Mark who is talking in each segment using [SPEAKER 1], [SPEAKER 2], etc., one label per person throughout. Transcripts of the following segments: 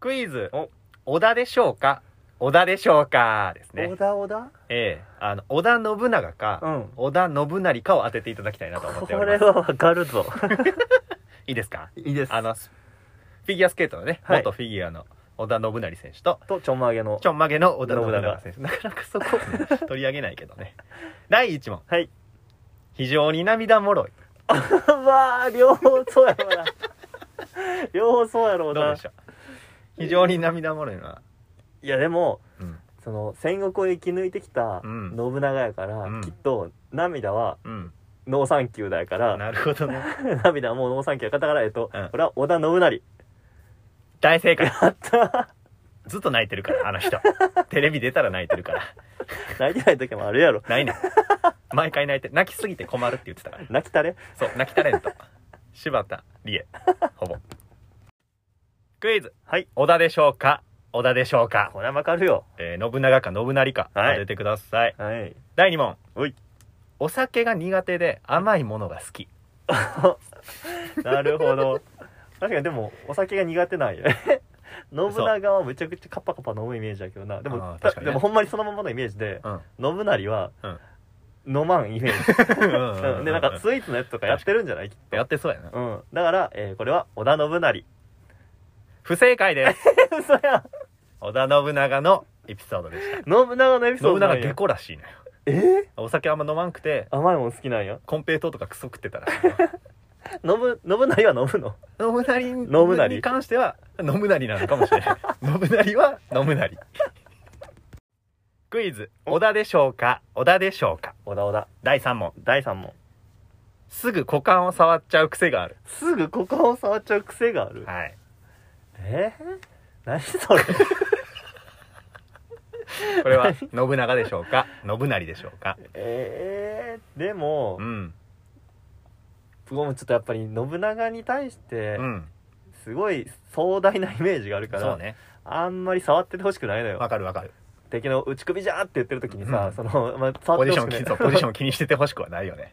[SPEAKER 1] ーズ
[SPEAKER 2] お、
[SPEAKER 1] 織田でしょうか織田でしょうかですね
[SPEAKER 2] 織。田織田
[SPEAKER 1] ええあの、織田信長か、
[SPEAKER 2] うん
[SPEAKER 1] 織田信成かを当てていただきたいなと思っ
[SPEAKER 2] こ
[SPEAKER 1] ておりま
[SPEAKER 2] れ
[SPEAKER 1] す。
[SPEAKER 2] はわかるぞ
[SPEAKER 1] いいですか
[SPEAKER 2] いいです
[SPEAKER 1] あの、スフィギュアスケートのね、
[SPEAKER 2] はい
[SPEAKER 1] 元フィギュアの織田信成選手と、
[SPEAKER 2] とちょんまげの
[SPEAKER 1] ちょんまげの織田信
[SPEAKER 2] 信
[SPEAKER 1] 長
[SPEAKER 2] 長
[SPEAKER 1] 選手。なかなかそこ 取り上げないけどね。第1問。
[SPEAKER 2] はい
[SPEAKER 1] 非常に涙もろい。
[SPEAKER 2] まあ両方そうやろうな両方そうやろ
[SPEAKER 1] ど
[SPEAKER 2] う
[SPEAKER 1] う
[SPEAKER 2] な
[SPEAKER 1] でしょう非常に涙もろいのは、
[SPEAKER 2] いやでも
[SPEAKER 1] うん。
[SPEAKER 2] その戦国を生き抜いてきた
[SPEAKER 1] うん
[SPEAKER 2] 信長やから、
[SPEAKER 1] うん
[SPEAKER 2] きっと涙は
[SPEAKER 1] うん。
[SPEAKER 2] ノーサンキューだから
[SPEAKER 1] なるほどね。
[SPEAKER 2] 涙はもうノーサンキューやったからえっと、
[SPEAKER 1] うん
[SPEAKER 2] 俺は織田信成
[SPEAKER 1] 大正解。
[SPEAKER 2] あった
[SPEAKER 1] ずっと泣いてるから、あの人。テレビ出たら泣いてるから。
[SPEAKER 2] 泣いてない時もあるやろ
[SPEAKER 1] ないねん。毎回泣いて、泣きすぎて困るって言ってたから。
[SPEAKER 2] 泣きたれ
[SPEAKER 1] そう、泣きタレント。柴田理恵。ほぼ。クイズ。
[SPEAKER 2] はい。
[SPEAKER 1] 小田でしょうか小田でしょうか
[SPEAKER 2] これはわかるよ
[SPEAKER 1] えー、信長か信成か当
[SPEAKER 2] はい
[SPEAKER 1] ててください。
[SPEAKER 2] はい
[SPEAKER 1] 第2問。
[SPEAKER 2] おい
[SPEAKER 1] お酒が苦手で甘いものが好き。
[SPEAKER 2] なるほど確かにでもお酒が苦手なん や信長はむちゃくちゃカッパカッパ飲むイメージだけどなでも
[SPEAKER 1] あー
[SPEAKER 2] た
[SPEAKER 1] 確かにね
[SPEAKER 2] でもほんまにそのままのイメージで
[SPEAKER 1] うん。
[SPEAKER 2] 信成は
[SPEAKER 1] うん
[SPEAKER 2] 飲まんイメージ、うん でなんか
[SPEAKER 1] う
[SPEAKER 2] スイーツのやつとかやってるんじゃないきっ
[SPEAKER 1] やっ
[SPEAKER 2] と
[SPEAKER 1] てそうやな。
[SPEAKER 2] うんだから、えーこれは織田信成
[SPEAKER 1] 不正解です。
[SPEAKER 2] 嘘やん
[SPEAKER 1] 織田信長のエピソードでした。
[SPEAKER 2] 信長のエピソー
[SPEAKER 1] 信
[SPEAKER 2] ド
[SPEAKER 1] 長
[SPEAKER 2] なん
[SPEAKER 1] 下
[SPEAKER 2] や
[SPEAKER 1] 戸らしいのよ。
[SPEAKER 2] えー、
[SPEAKER 1] お酒あんま飲まんくて、
[SPEAKER 2] 甘いもん好きなんや
[SPEAKER 1] コンペイトーとかクソ食って たらしいのよ。
[SPEAKER 2] 信信成は飲むの
[SPEAKER 1] 信
[SPEAKER 2] 信
[SPEAKER 1] 成
[SPEAKER 2] 成
[SPEAKER 1] に関しては信成なのかもしれ ない信成は信成クイズ織田でしょうか織田でしょうか
[SPEAKER 2] 織田織田
[SPEAKER 1] 第3問
[SPEAKER 2] 第3問
[SPEAKER 1] すぐ股間を触っちゃう癖がある
[SPEAKER 2] すぐ股間を触っちゃう癖がある
[SPEAKER 1] はい
[SPEAKER 2] えー、何それ
[SPEAKER 1] これは信長でしょうか信成でしょうか
[SPEAKER 2] えー、でも、
[SPEAKER 1] うん
[SPEAKER 2] 僕もちょっとやっぱり信長に対して
[SPEAKER 1] うん
[SPEAKER 2] すごい壮大なイメージがあるから、
[SPEAKER 1] そうね
[SPEAKER 2] あんまり触っててほしくないのよ
[SPEAKER 1] わかるわかる
[SPEAKER 2] 敵の打ち首じゃーって言ってる時にさ、
[SPEAKER 1] うん
[SPEAKER 2] その、まあ、触
[SPEAKER 1] ポ
[SPEAKER 2] って
[SPEAKER 1] ジ
[SPEAKER 2] ほ
[SPEAKER 1] ショ
[SPEAKER 2] し
[SPEAKER 1] ン気
[SPEAKER 2] くない
[SPEAKER 1] そうポジション気にしててほしくはないよね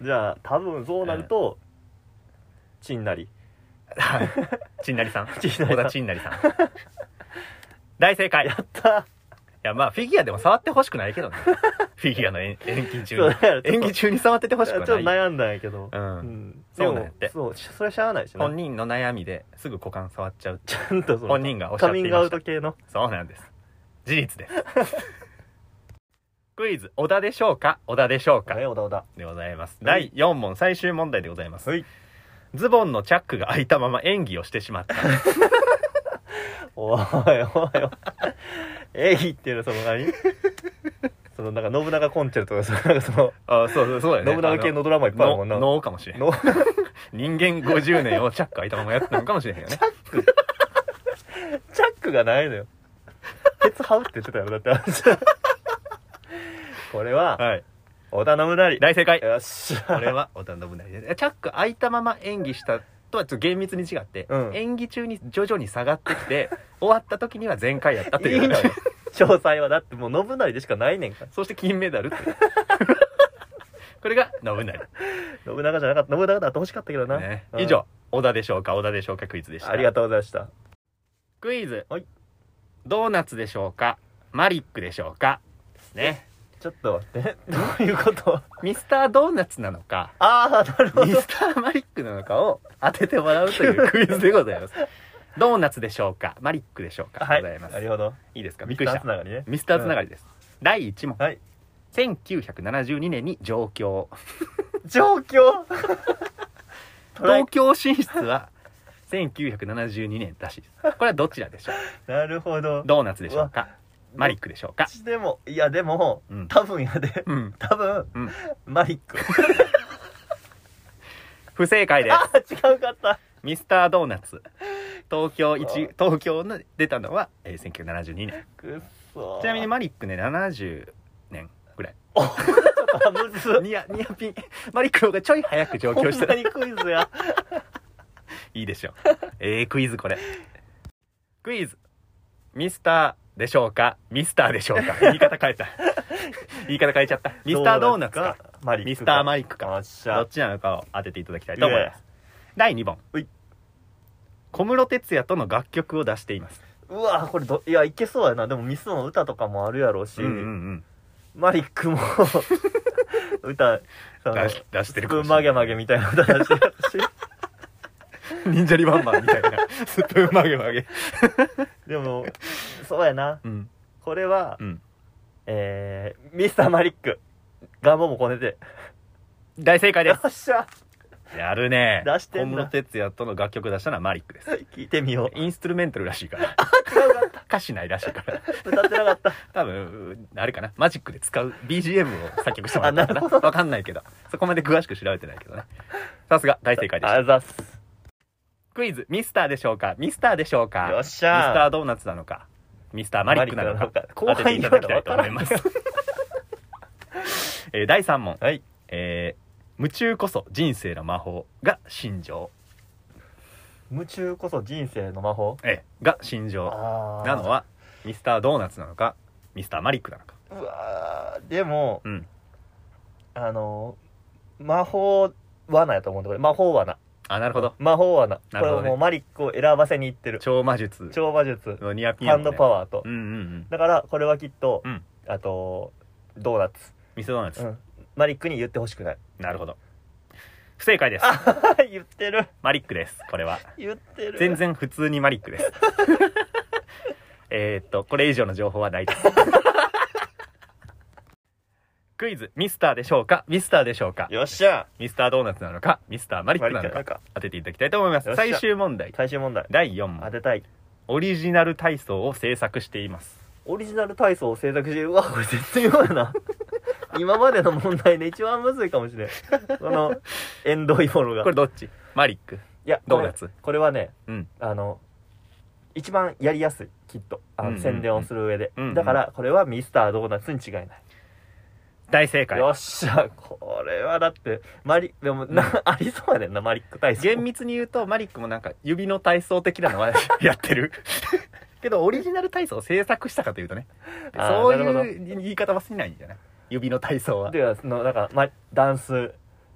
[SPEAKER 2] じゃあ多分そうなると、チンなり
[SPEAKER 1] はいちんなりさん
[SPEAKER 2] ちんなりさん
[SPEAKER 1] 織田ちんなりさん大正解い
[SPEAKER 2] やった
[SPEAKER 1] やまあフィギュアでも触ってほしくない けどねフィギュアの演演技中
[SPEAKER 2] そう
[SPEAKER 1] に
[SPEAKER 2] だからちょっ
[SPEAKER 1] 演
[SPEAKER 2] と
[SPEAKER 1] 技中に触っててほし
[SPEAKER 2] ち
[SPEAKER 1] く
[SPEAKER 2] ょ
[SPEAKER 1] は
[SPEAKER 2] っと
[SPEAKER 1] ない
[SPEAKER 2] 悩んだんやけど、
[SPEAKER 1] うん
[SPEAKER 2] ん
[SPEAKER 1] そうなんやって
[SPEAKER 2] でもそうそれしゃあないしな
[SPEAKER 1] 本人の悩みですぐ股間触っちゃう
[SPEAKER 2] ちゃんとその
[SPEAKER 1] 本人がおっしゃ
[SPEAKER 2] カ
[SPEAKER 1] っ
[SPEAKER 2] ミ
[SPEAKER 1] て
[SPEAKER 2] ン
[SPEAKER 1] い
[SPEAKER 2] グア
[SPEAKER 1] ま
[SPEAKER 2] ウ
[SPEAKER 1] した
[SPEAKER 2] ト系の
[SPEAKER 1] そうなんです事実 ですクイズ織田でしょうか織田でしょうか
[SPEAKER 2] はいおだおだ
[SPEAKER 1] でございます
[SPEAKER 2] は
[SPEAKER 1] 第
[SPEAKER 2] い
[SPEAKER 1] 4問最終問題でございます
[SPEAKER 2] はい
[SPEAKER 1] ズボンのチャックが開いたまま演技をしてしまった
[SPEAKER 2] おいおいお いえいっていうのはその何 そのなんか信長コンチェルトとかそのなんかその
[SPEAKER 1] あそうそうそうだよね
[SPEAKER 2] 信長系のドラマいっぱいあるもんな
[SPEAKER 1] の脳かもしれん
[SPEAKER 2] の
[SPEAKER 1] 人間50年をチャック開いたままやってたのかもしれへんよね
[SPEAKER 2] チャックがない のよ。鉄ハウって言ってたよ、だってあの人。これは、
[SPEAKER 1] はい
[SPEAKER 2] 織田信成。
[SPEAKER 1] 大正解
[SPEAKER 2] よっしゃ。
[SPEAKER 1] これは織田信成ですえチャック開いたまま演技したとはちょっと厳密に違って、
[SPEAKER 2] うん
[SPEAKER 1] 演技中に徐々に下がってきて 終わった時には全開やったと
[SPEAKER 2] い
[SPEAKER 1] いう
[SPEAKER 2] いのよ。詳細はだってもう信成でしかないねんから。
[SPEAKER 1] そして金メダルって いうこれが信
[SPEAKER 2] 信長じゃなかった、信長だって欲しかったけどな。
[SPEAKER 1] 成、ね
[SPEAKER 2] う、ん
[SPEAKER 1] 以上。織田でしょうか織田でしょうかクイズでした
[SPEAKER 2] ありが
[SPEAKER 1] と
[SPEAKER 2] とうございました。
[SPEAKER 1] うクイズ、
[SPEAKER 2] はい
[SPEAKER 1] ドーナツでしょうかマリックでしょうかですね
[SPEAKER 2] ちょっと待って、どういうこと
[SPEAKER 1] ミスタードーナツなのか
[SPEAKER 2] ああ、なるほ
[SPEAKER 1] ミ
[SPEAKER 2] ど
[SPEAKER 1] ス。ターマリックなのかを当ててもらうというクイズでございますドーナツでしょうかマリックでしょうか、
[SPEAKER 2] はい。
[SPEAKER 1] ございます
[SPEAKER 2] なるほど。
[SPEAKER 1] いいですかび
[SPEAKER 2] ミ
[SPEAKER 1] っくり
[SPEAKER 2] スタ
[SPEAKER 1] し
[SPEAKER 2] ー
[SPEAKER 1] た
[SPEAKER 2] つながりね。
[SPEAKER 1] ミスターつながりです、第1問、
[SPEAKER 2] はい
[SPEAKER 1] 1972年に上京
[SPEAKER 2] 状 況トライ
[SPEAKER 1] 東京進出は1972年らしいですこれはどちらでしょう
[SPEAKER 2] なるほど。
[SPEAKER 1] ドーナツでしょうかマリックでしょう
[SPEAKER 2] ど
[SPEAKER 1] か
[SPEAKER 2] っちでも、いやでも、
[SPEAKER 1] うん
[SPEAKER 2] 多分やで。
[SPEAKER 1] うん
[SPEAKER 2] 多分、
[SPEAKER 1] うん
[SPEAKER 2] マリック。
[SPEAKER 1] 不正解です
[SPEAKER 2] ああ、違うかった。
[SPEAKER 1] ミスタードーナツ東京一
[SPEAKER 2] あー
[SPEAKER 1] 東京の出たのは、えー1972年
[SPEAKER 2] くっそー
[SPEAKER 1] ちなみにマリックね70年ぐらい
[SPEAKER 2] あむず
[SPEAKER 1] ニアニアピンマリックの方がちょい早く上
[SPEAKER 2] ほ
[SPEAKER 1] 京
[SPEAKER 2] ん
[SPEAKER 1] した
[SPEAKER 2] まにクイズ や
[SPEAKER 1] いいでしょう。えー、クイズこれ。クイズ。ミスターでしょうかミスターでしょうか言い方変えた。 言い方変えちゃった。ミスタードーナツか。
[SPEAKER 2] マリックか
[SPEAKER 1] ミスターマリックか
[SPEAKER 2] よっし
[SPEAKER 1] どっ
[SPEAKER 2] ゃ
[SPEAKER 1] ちなのかを当てていただきたいと思います。第2問
[SPEAKER 2] うい。
[SPEAKER 1] 小室哲哉との楽曲を出しています。
[SPEAKER 2] うわこれどいやいけそうやなでもミスの歌とかもあるやろうし、
[SPEAKER 1] うんうんうん
[SPEAKER 2] マリッ クも歌その
[SPEAKER 1] 出し出してる
[SPEAKER 2] スプ
[SPEAKER 1] か
[SPEAKER 2] ー
[SPEAKER 1] も
[SPEAKER 2] ン
[SPEAKER 1] しれない
[SPEAKER 2] 曲げ曲げみたいな歌出してるし
[SPEAKER 1] 忍者リバンバンみたい なスプーン曲げ曲げ
[SPEAKER 2] でもそうやな
[SPEAKER 1] うん
[SPEAKER 2] これは、
[SPEAKER 1] うん
[SPEAKER 2] えー、ミスターマリック願望もこねて
[SPEAKER 1] 大正解
[SPEAKER 2] よ
[SPEAKER 1] です
[SPEAKER 2] っしゃ
[SPEAKER 1] やるね
[SPEAKER 2] 出してんな
[SPEAKER 1] 小室哲哉との楽曲出したのはマリックです
[SPEAKER 2] 聞いてみよう
[SPEAKER 1] インストゥルメンタルらしいから歌詞ないらしいから
[SPEAKER 2] 歌ってなかった
[SPEAKER 1] 多分あれかなマジックで使う BGM を作曲してもらったの
[SPEAKER 2] あなる
[SPEAKER 1] かなわかんないけどそこまで詳しく調べてないけどねさすが大正解でした
[SPEAKER 2] あざっす
[SPEAKER 1] クイズミスターでしょうかミスターでしょうか
[SPEAKER 2] よっしゃー
[SPEAKER 1] ミスタードーナツなのかミスターマリックなのか
[SPEAKER 2] マリックなの
[SPEAKER 1] 当て
[SPEAKER 2] か
[SPEAKER 1] ていただきたいと思います
[SPEAKER 2] 後
[SPEAKER 1] えー第3問、
[SPEAKER 2] はい
[SPEAKER 1] えー夢中こそ人生の魔法」が心情、
[SPEAKER 2] 夢中こそ人生の魔法
[SPEAKER 1] えーが心情
[SPEAKER 2] あー
[SPEAKER 1] なのはミスタードーナツなのかミスターマリックなのか
[SPEAKER 2] うわーでも
[SPEAKER 1] うん
[SPEAKER 2] あのー魔法罠やと思うんだこれ魔法罠
[SPEAKER 1] あなるほど
[SPEAKER 2] 魔法罠、こ
[SPEAKER 1] な
[SPEAKER 2] れ
[SPEAKER 1] るほどね
[SPEAKER 2] はもうマリックを選ばせにいってる
[SPEAKER 1] 超魔術
[SPEAKER 2] 超魔術
[SPEAKER 1] のニアピン
[SPEAKER 2] ハンドパ
[SPEAKER 1] ワ
[SPEAKER 2] ワーと、
[SPEAKER 1] うんうんうん
[SPEAKER 2] だからこれはきっと、
[SPEAKER 1] うん
[SPEAKER 2] あとドーナツ、
[SPEAKER 1] ミスドーナツ、
[SPEAKER 2] うんマリックに言ってほし くない
[SPEAKER 1] なるほど不正解です
[SPEAKER 2] 言ってる
[SPEAKER 1] マリックですこれは
[SPEAKER 2] 言ってる
[SPEAKER 1] 全然普通にマリック ですえーっとこれ以上の情報はないですクイズミスターでしょうかミスターでしょうか
[SPEAKER 2] よっしゃ
[SPEAKER 1] ミスタードーナツなのかミスターマリックなの
[SPEAKER 2] マ
[SPEAKER 1] か
[SPEAKER 2] リか
[SPEAKER 1] 当てていただきたいと思います
[SPEAKER 2] よっしゃ
[SPEAKER 1] 最終問題
[SPEAKER 2] 最終問題
[SPEAKER 1] 第4問
[SPEAKER 2] 当てたい
[SPEAKER 1] オリジナル体操を制作しています
[SPEAKER 2] オリジナル体操を制作してうわこれ絶対うやな今までの問題で一番むずいかもしれんこの遠藤イモロが
[SPEAKER 1] これどっちマリック
[SPEAKER 2] いや
[SPEAKER 1] ドーナツ
[SPEAKER 2] これはね、
[SPEAKER 1] うん
[SPEAKER 2] あの一番やりやすいきっとあの、
[SPEAKER 1] うんうんうん
[SPEAKER 2] 宣伝をする上で、
[SPEAKER 1] うんうん
[SPEAKER 2] だからこれはミスタードーナツに違いない、
[SPEAKER 1] 大正解
[SPEAKER 2] よっしゃこれはだってマリでもな、 ありそうやねんなマリック体操
[SPEAKER 1] 厳密に言うとマリックもなんか指の体操的なのはやってる けどオリジナル体操を制作したかというとね
[SPEAKER 2] あー
[SPEAKER 1] そう
[SPEAKER 2] なる
[SPEAKER 1] いう言い方はしないんじゃない指の体操は
[SPEAKER 2] ではそのなんか、ま、ダンス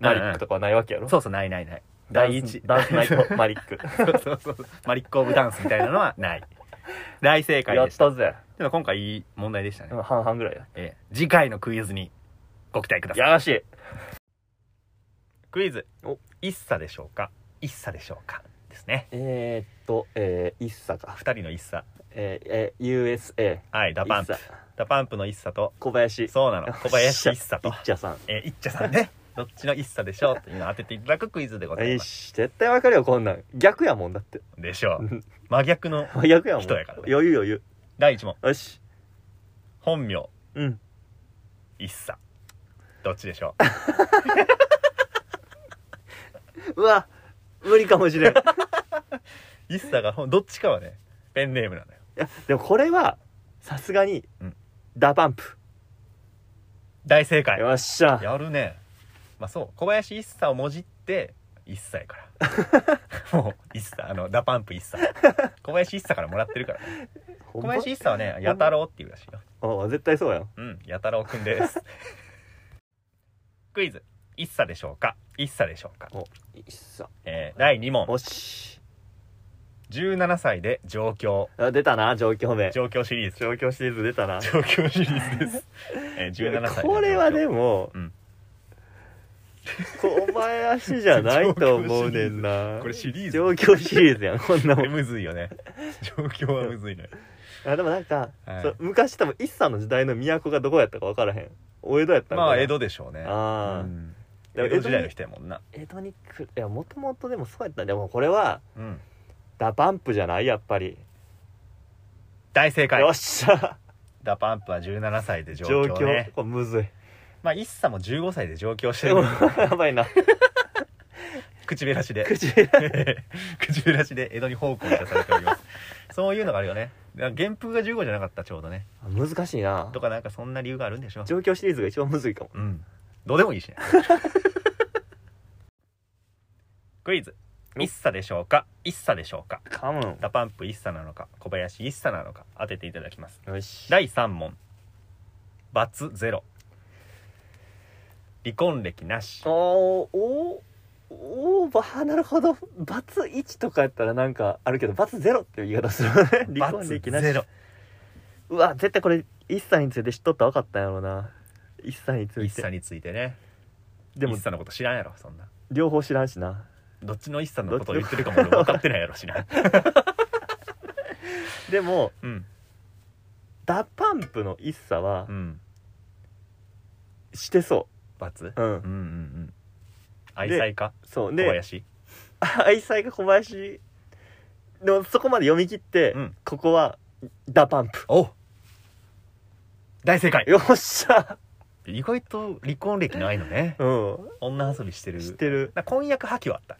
[SPEAKER 2] マリックとかはないわけやろ、
[SPEAKER 1] そうそうないないない
[SPEAKER 2] ダンス
[SPEAKER 1] 第一
[SPEAKER 2] ダンスナ イトマリック
[SPEAKER 1] そうそうそうマリック・オブ・ダンスみたいなのはない大正解
[SPEAKER 2] やっ
[SPEAKER 1] でした
[SPEAKER 2] たぜ
[SPEAKER 1] でも今回いい問題でしたね、
[SPEAKER 2] うん半々ぐらいや
[SPEAKER 1] ええ次回のクイズにご期待ください
[SPEAKER 2] やらしい
[SPEAKER 1] クイズ
[SPEAKER 2] お
[SPEAKER 1] 一茶でしょうか一茶でしょうかですね
[SPEAKER 2] えー、っと、えー、一茶か。
[SPEAKER 1] 二人の一茶
[SPEAKER 2] えー、えー、USA。
[SPEAKER 1] はいダパンプ
[SPEAKER 2] 一茶
[SPEAKER 1] ダパンプの一茶と
[SPEAKER 2] 小林。
[SPEAKER 1] そうなの小林一茶
[SPEAKER 2] い
[SPEAKER 1] と
[SPEAKER 2] っちゃさん。
[SPEAKER 1] えー、いっちゃさん ね。どっちの一茶でしょうというのを当てていただくクイズでござい
[SPEAKER 2] え
[SPEAKER 1] ます。
[SPEAKER 2] し、絶対わかるよ、こんなん。逆やもんだって。
[SPEAKER 1] でしょう。真逆の
[SPEAKER 2] 逆やもん。
[SPEAKER 1] 人やからね
[SPEAKER 2] 余裕余裕。
[SPEAKER 1] 第一問。
[SPEAKER 2] よし。
[SPEAKER 1] 本名、
[SPEAKER 2] うん。
[SPEAKER 1] 一茶。どっちでしょ
[SPEAKER 2] うわ、無理かも しれん。いう
[SPEAKER 1] 一茶が本、どっちかはね、ペンネームなのよ。
[SPEAKER 2] や、でもこれは、さすがに
[SPEAKER 1] うん、
[SPEAKER 2] ダパンプ。
[SPEAKER 1] 大正解。
[SPEAKER 2] よっしゃ。
[SPEAKER 1] やるね。まあそう、小林一茶をもじって、一茶や から。もう、一茶、あの、ダパンプ一茶。小林一茶からもらってるから、ね。小
[SPEAKER 2] ほんま
[SPEAKER 1] 林一茶はね、やたろうっていうらしいよ。
[SPEAKER 2] あ絶対そうやん。
[SPEAKER 1] うん、やたらおくんです。クイズ、一茶でしょうか一茶でしょうか
[SPEAKER 2] 一茶。
[SPEAKER 1] えー第2問
[SPEAKER 2] よし。
[SPEAKER 1] 17歳で上京
[SPEAKER 2] あ出たな、状況名。
[SPEAKER 1] 上京シリーズ
[SPEAKER 2] 状況シリーズ出たな。
[SPEAKER 1] 上京シリーズです、えー、17歳で上京
[SPEAKER 2] これはでも、
[SPEAKER 1] うん
[SPEAKER 2] 小林じゃないと思うねんな
[SPEAKER 1] これシリーズ
[SPEAKER 2] 状況シリ ーズやんこんな
[SPEAKER 1] こ
[SPEAKER 2] も
[SPEAKER 1] れ
[SPEAKER 2] ん
[SPEAKER 1] むずいよね上京はむずい ね
[SPEAKER 2] あでもなんか、
[SPEAKER 1] はい
[SPEAKER 2] そう昔多分一茶の時代の都がどこやったか分からへんお江戸やったんかな
[SPEAKER 1] まあ江戸でしょうね
[SPEAKER 2] あー
[SPEAKER 1] うん
[SPEAKER 2] でも
[SPEAKER 1] 江戸時代の人やもんな
[SPEAKER 2] 江戸に来るいやもともとでもそうやったんでもこれは
[SPEAKER 1] うん
[SPEAKER 2] ダパンプじゃないやっぱり、
[SPEAKER 1] 大正解
[SPEAKER 2] よっしゃ
[SPEAKER 1] ダパンプは17歳で上
[SPEAKER 2] 状
[SPEAKER 1] 京
[SPEAKER 2] 況、
[SPEAKER 1] ね
[SPEAKER 2] これむずい
[SPEAKER 1] まあ一茶も15歳で上京して
[SPEAKER 2] で
[SPEAKER 1] る
[SPEAKER 2] も や ばいな
[SPEAKER 1] 口べらしで
[SPEAKER 2] 口
[SPEAKER 1] 口べらしで江戸に奉公いたされておりますそういうのがあるよねなんか原風が15じゃなかったちょうどね
[SPEAKER 2] 難しいな
[SPEAKER 1] とかなんかそんな理由があるんでしょう
[SPEAKER 2] 状況シリーズが一番むずいかも
[SPEAKER 1] うん。どうでもいいしね。 クイズ。
[SPEAKER 2] お
[SPEAKER 1] 一茶でしょうか一茶でしょうか
[SPEAKER 2] カモン
[SPEAKER 1] ダパンプ一茶なのか小林一茶なのか当てていただきます。
[SPEAKER 2] よし
[SPEAKER 1] 第3問。バツゼロ。離婚歴なし。
[SPEAKER 2] おーおおおば あなるほどバツ1とかやったらなんかあるけどバツ0っていう言い方するよ ね離婚歴なし
[SPEAKER 1] ゼロ
[SPEAKER 2] うわ絶対これ一切について知っとったら分かったんやろうな一切につい
[SPEAKER 1] 一茶
[SPEAKER 2] て
[SPEAKER 1] についてね
[SPEAKER 2] で
[SPEAKER 1] でも
[SPEAKER 2] も
[SPEAKER 1] 一茶のこと知らんやろそんな
[SPEAKER 2] 両方知らんしな
[SPEAKER 1] どっちの一茶のことを言ってるかも俺分かってないやろし な
[SPEAKER 2] でも
[SPEAKER 1] うん
[SPEAKER 2] ダパンプの一茶は
[SPEAKER 1] うん
[SPEAKER 2] してそ
[SPEAKER 1] 罰
[SPEAKER 2] うう
[SPEAKER 1] うんう
[SPEAKER 2] ん
[SPEAKER 1] んうん愛妻家
[SPEAKER 2] そう
[SPEAKER 1] 小
[SPEAKER 2] で
[SPEAKER 1] 林
[SPEAKER 2] 愛妻が小林のそこまで読み切って、
[SPEAKER 1] うん
[SPEAKER 2] ここはダパンプ
[SPEAKER 1] お大正解
[SPEAKER 2] よっしゃ
[SPEAKER 1] 意外と離婚歴ないのね
[SPEAKER 2] うん
[SPEAKER 1] 女遊びしてる
[SPEAKER 2] 知ってる
[SPEAKER 1] な婚約破棄はあった、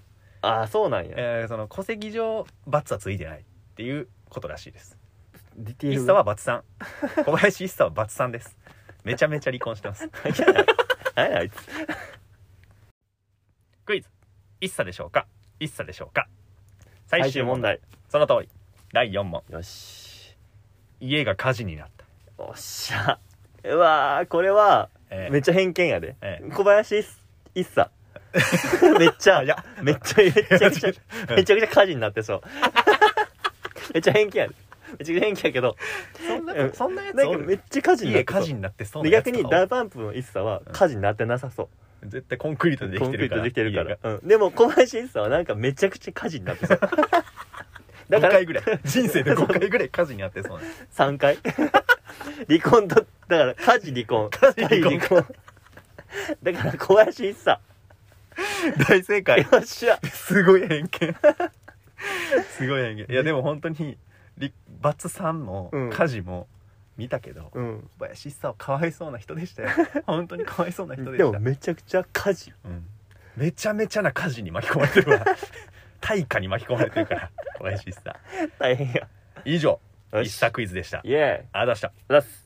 [SPEAKER 2] ああそうなんや
[SPEAKER 1] えーその戸籍上罰はついてないっていうことらしいです
[SPEAKER 2] ディティー
[SPEAKER 1] 一
[SPEAKER 2] ル
[SPEAKER 1] 茶は罰さん小林一茶は罰さんですめちゃめちゃ離婚して ます
[SPEAKER 2] 何やあいつ
[SPEAKER 1] クイズ一茶でしょうか一茶でしょうか最
[SPEAKER 2] 最
[SPEAKER 1] 終
[SPEAKER 2] 終
[SPEAKER 1] 問
[SPEAKER 2] 問
[SPEAKER 1] 題
[SPEAKER 2] 題
[SPEAKER 1] その通り第4問
[SPEAKER 2] よし
[SPEAKER 1] 家が火事になった、
[SPEAKER 2] よっしゃうわーこれは
[SPEAKER 1] えー
[SPEAKER 2] めっちゃ偏見やで、
[SPEAKER 1] え
[SPEAKER 2] 小林一 一茶めっちゃ
[SPEAKER 1] あいや
[SPEAKER 2] めっちゃめ っちゃくちゃ
[SPEAKER 1] うん
[SPEAKER 2] めちゃくちゃ火事になってそう めっちゃ偏見やでめちゃくちゃ偏見やけど
[SPEAKER 1] そん
[SPEAKER 2] うん
[SPEAKER 1] なそんなやつ
[SPEAKER 2] なん
[SPEAKER 1] お
[SPEAKER 2] か
[SPEAKER 1] る
[SPEAKER 2] めっちゃ火事にな
[SPEAKER 1] 家
[SPEAKER 2] ってそ
[SPEAKER 1] 火
[SPEAKER 2] う
[SPEAKER 1] 事になってそう
[SPEAKER 2] で
[SPEAKER 1] なやつ
[SPEAKER 2] 逆
[SPEAKER 1] とか
[SPEAKER 2] にダーパンプの一茶は火事になってなさそう、
[SPEAKER 1] 絶対コンクリートでで
[SPEAKER 2] コ
[SPEAKER 1] き
[SPEAKER 2] ン
[SPEAKER 1] て
[SPEAKER 2] クリ
[SPEAKER 1] るか
[SPEAKER 2] ート
[SPEAKER 1] ら
[SPEAKER 2] できてるか
[SPEAKER 1] 家
[SPEAKER 2] ら、うん、でも小林一茶はなんかめちゃくちゃ火事に なってそうだか
[SPEAKER 1] 5
[SPEAKER 2] ら
[SPEAKER 1] 回ぐらい人生で5回ぐらい火事になってそうな
[SPEAKER 2] 3回 離婚とだから家事離婚
[SPEAKER 1] 家事離婚
[SPEAKER 2] 家事離婚だから小林一茶
[SPEAKER 1] 大正解
[SPEAKER 2] よっしゃ
[SPEAKER 1] すごい偏見すごい偏見いやでも本当にりバツさんも
[SPEAKER 2] うん
[SPEAKER 1] 家事も見たけど、
[SPEAKER 2] うん
[SPEAKER 1] 小林一茶はかわいそうな人でしたよ本当にかわいそうな人で
[SPEAKER 2] で
[SPEAKER 1] し
[SPEAKER 2] も
[SPEAKER 1] た
[SPEAKER 2] めちゃくちゃ家事
[SPEAKER 1] うんめちゃめちゃな火事に巻き込まれてるわ 大火に巻き込まれてるから小林一茶
[SPEAKER 2] 大変や
[SPEAKER 1] 以上
[SPEAKER 2] よし
[SPEAKER 1] 一茶クイズでした
[SPEAKER 2] イエ
[SPEAKER 1] ありがとうございました
[SPEAKER 2] ーイラス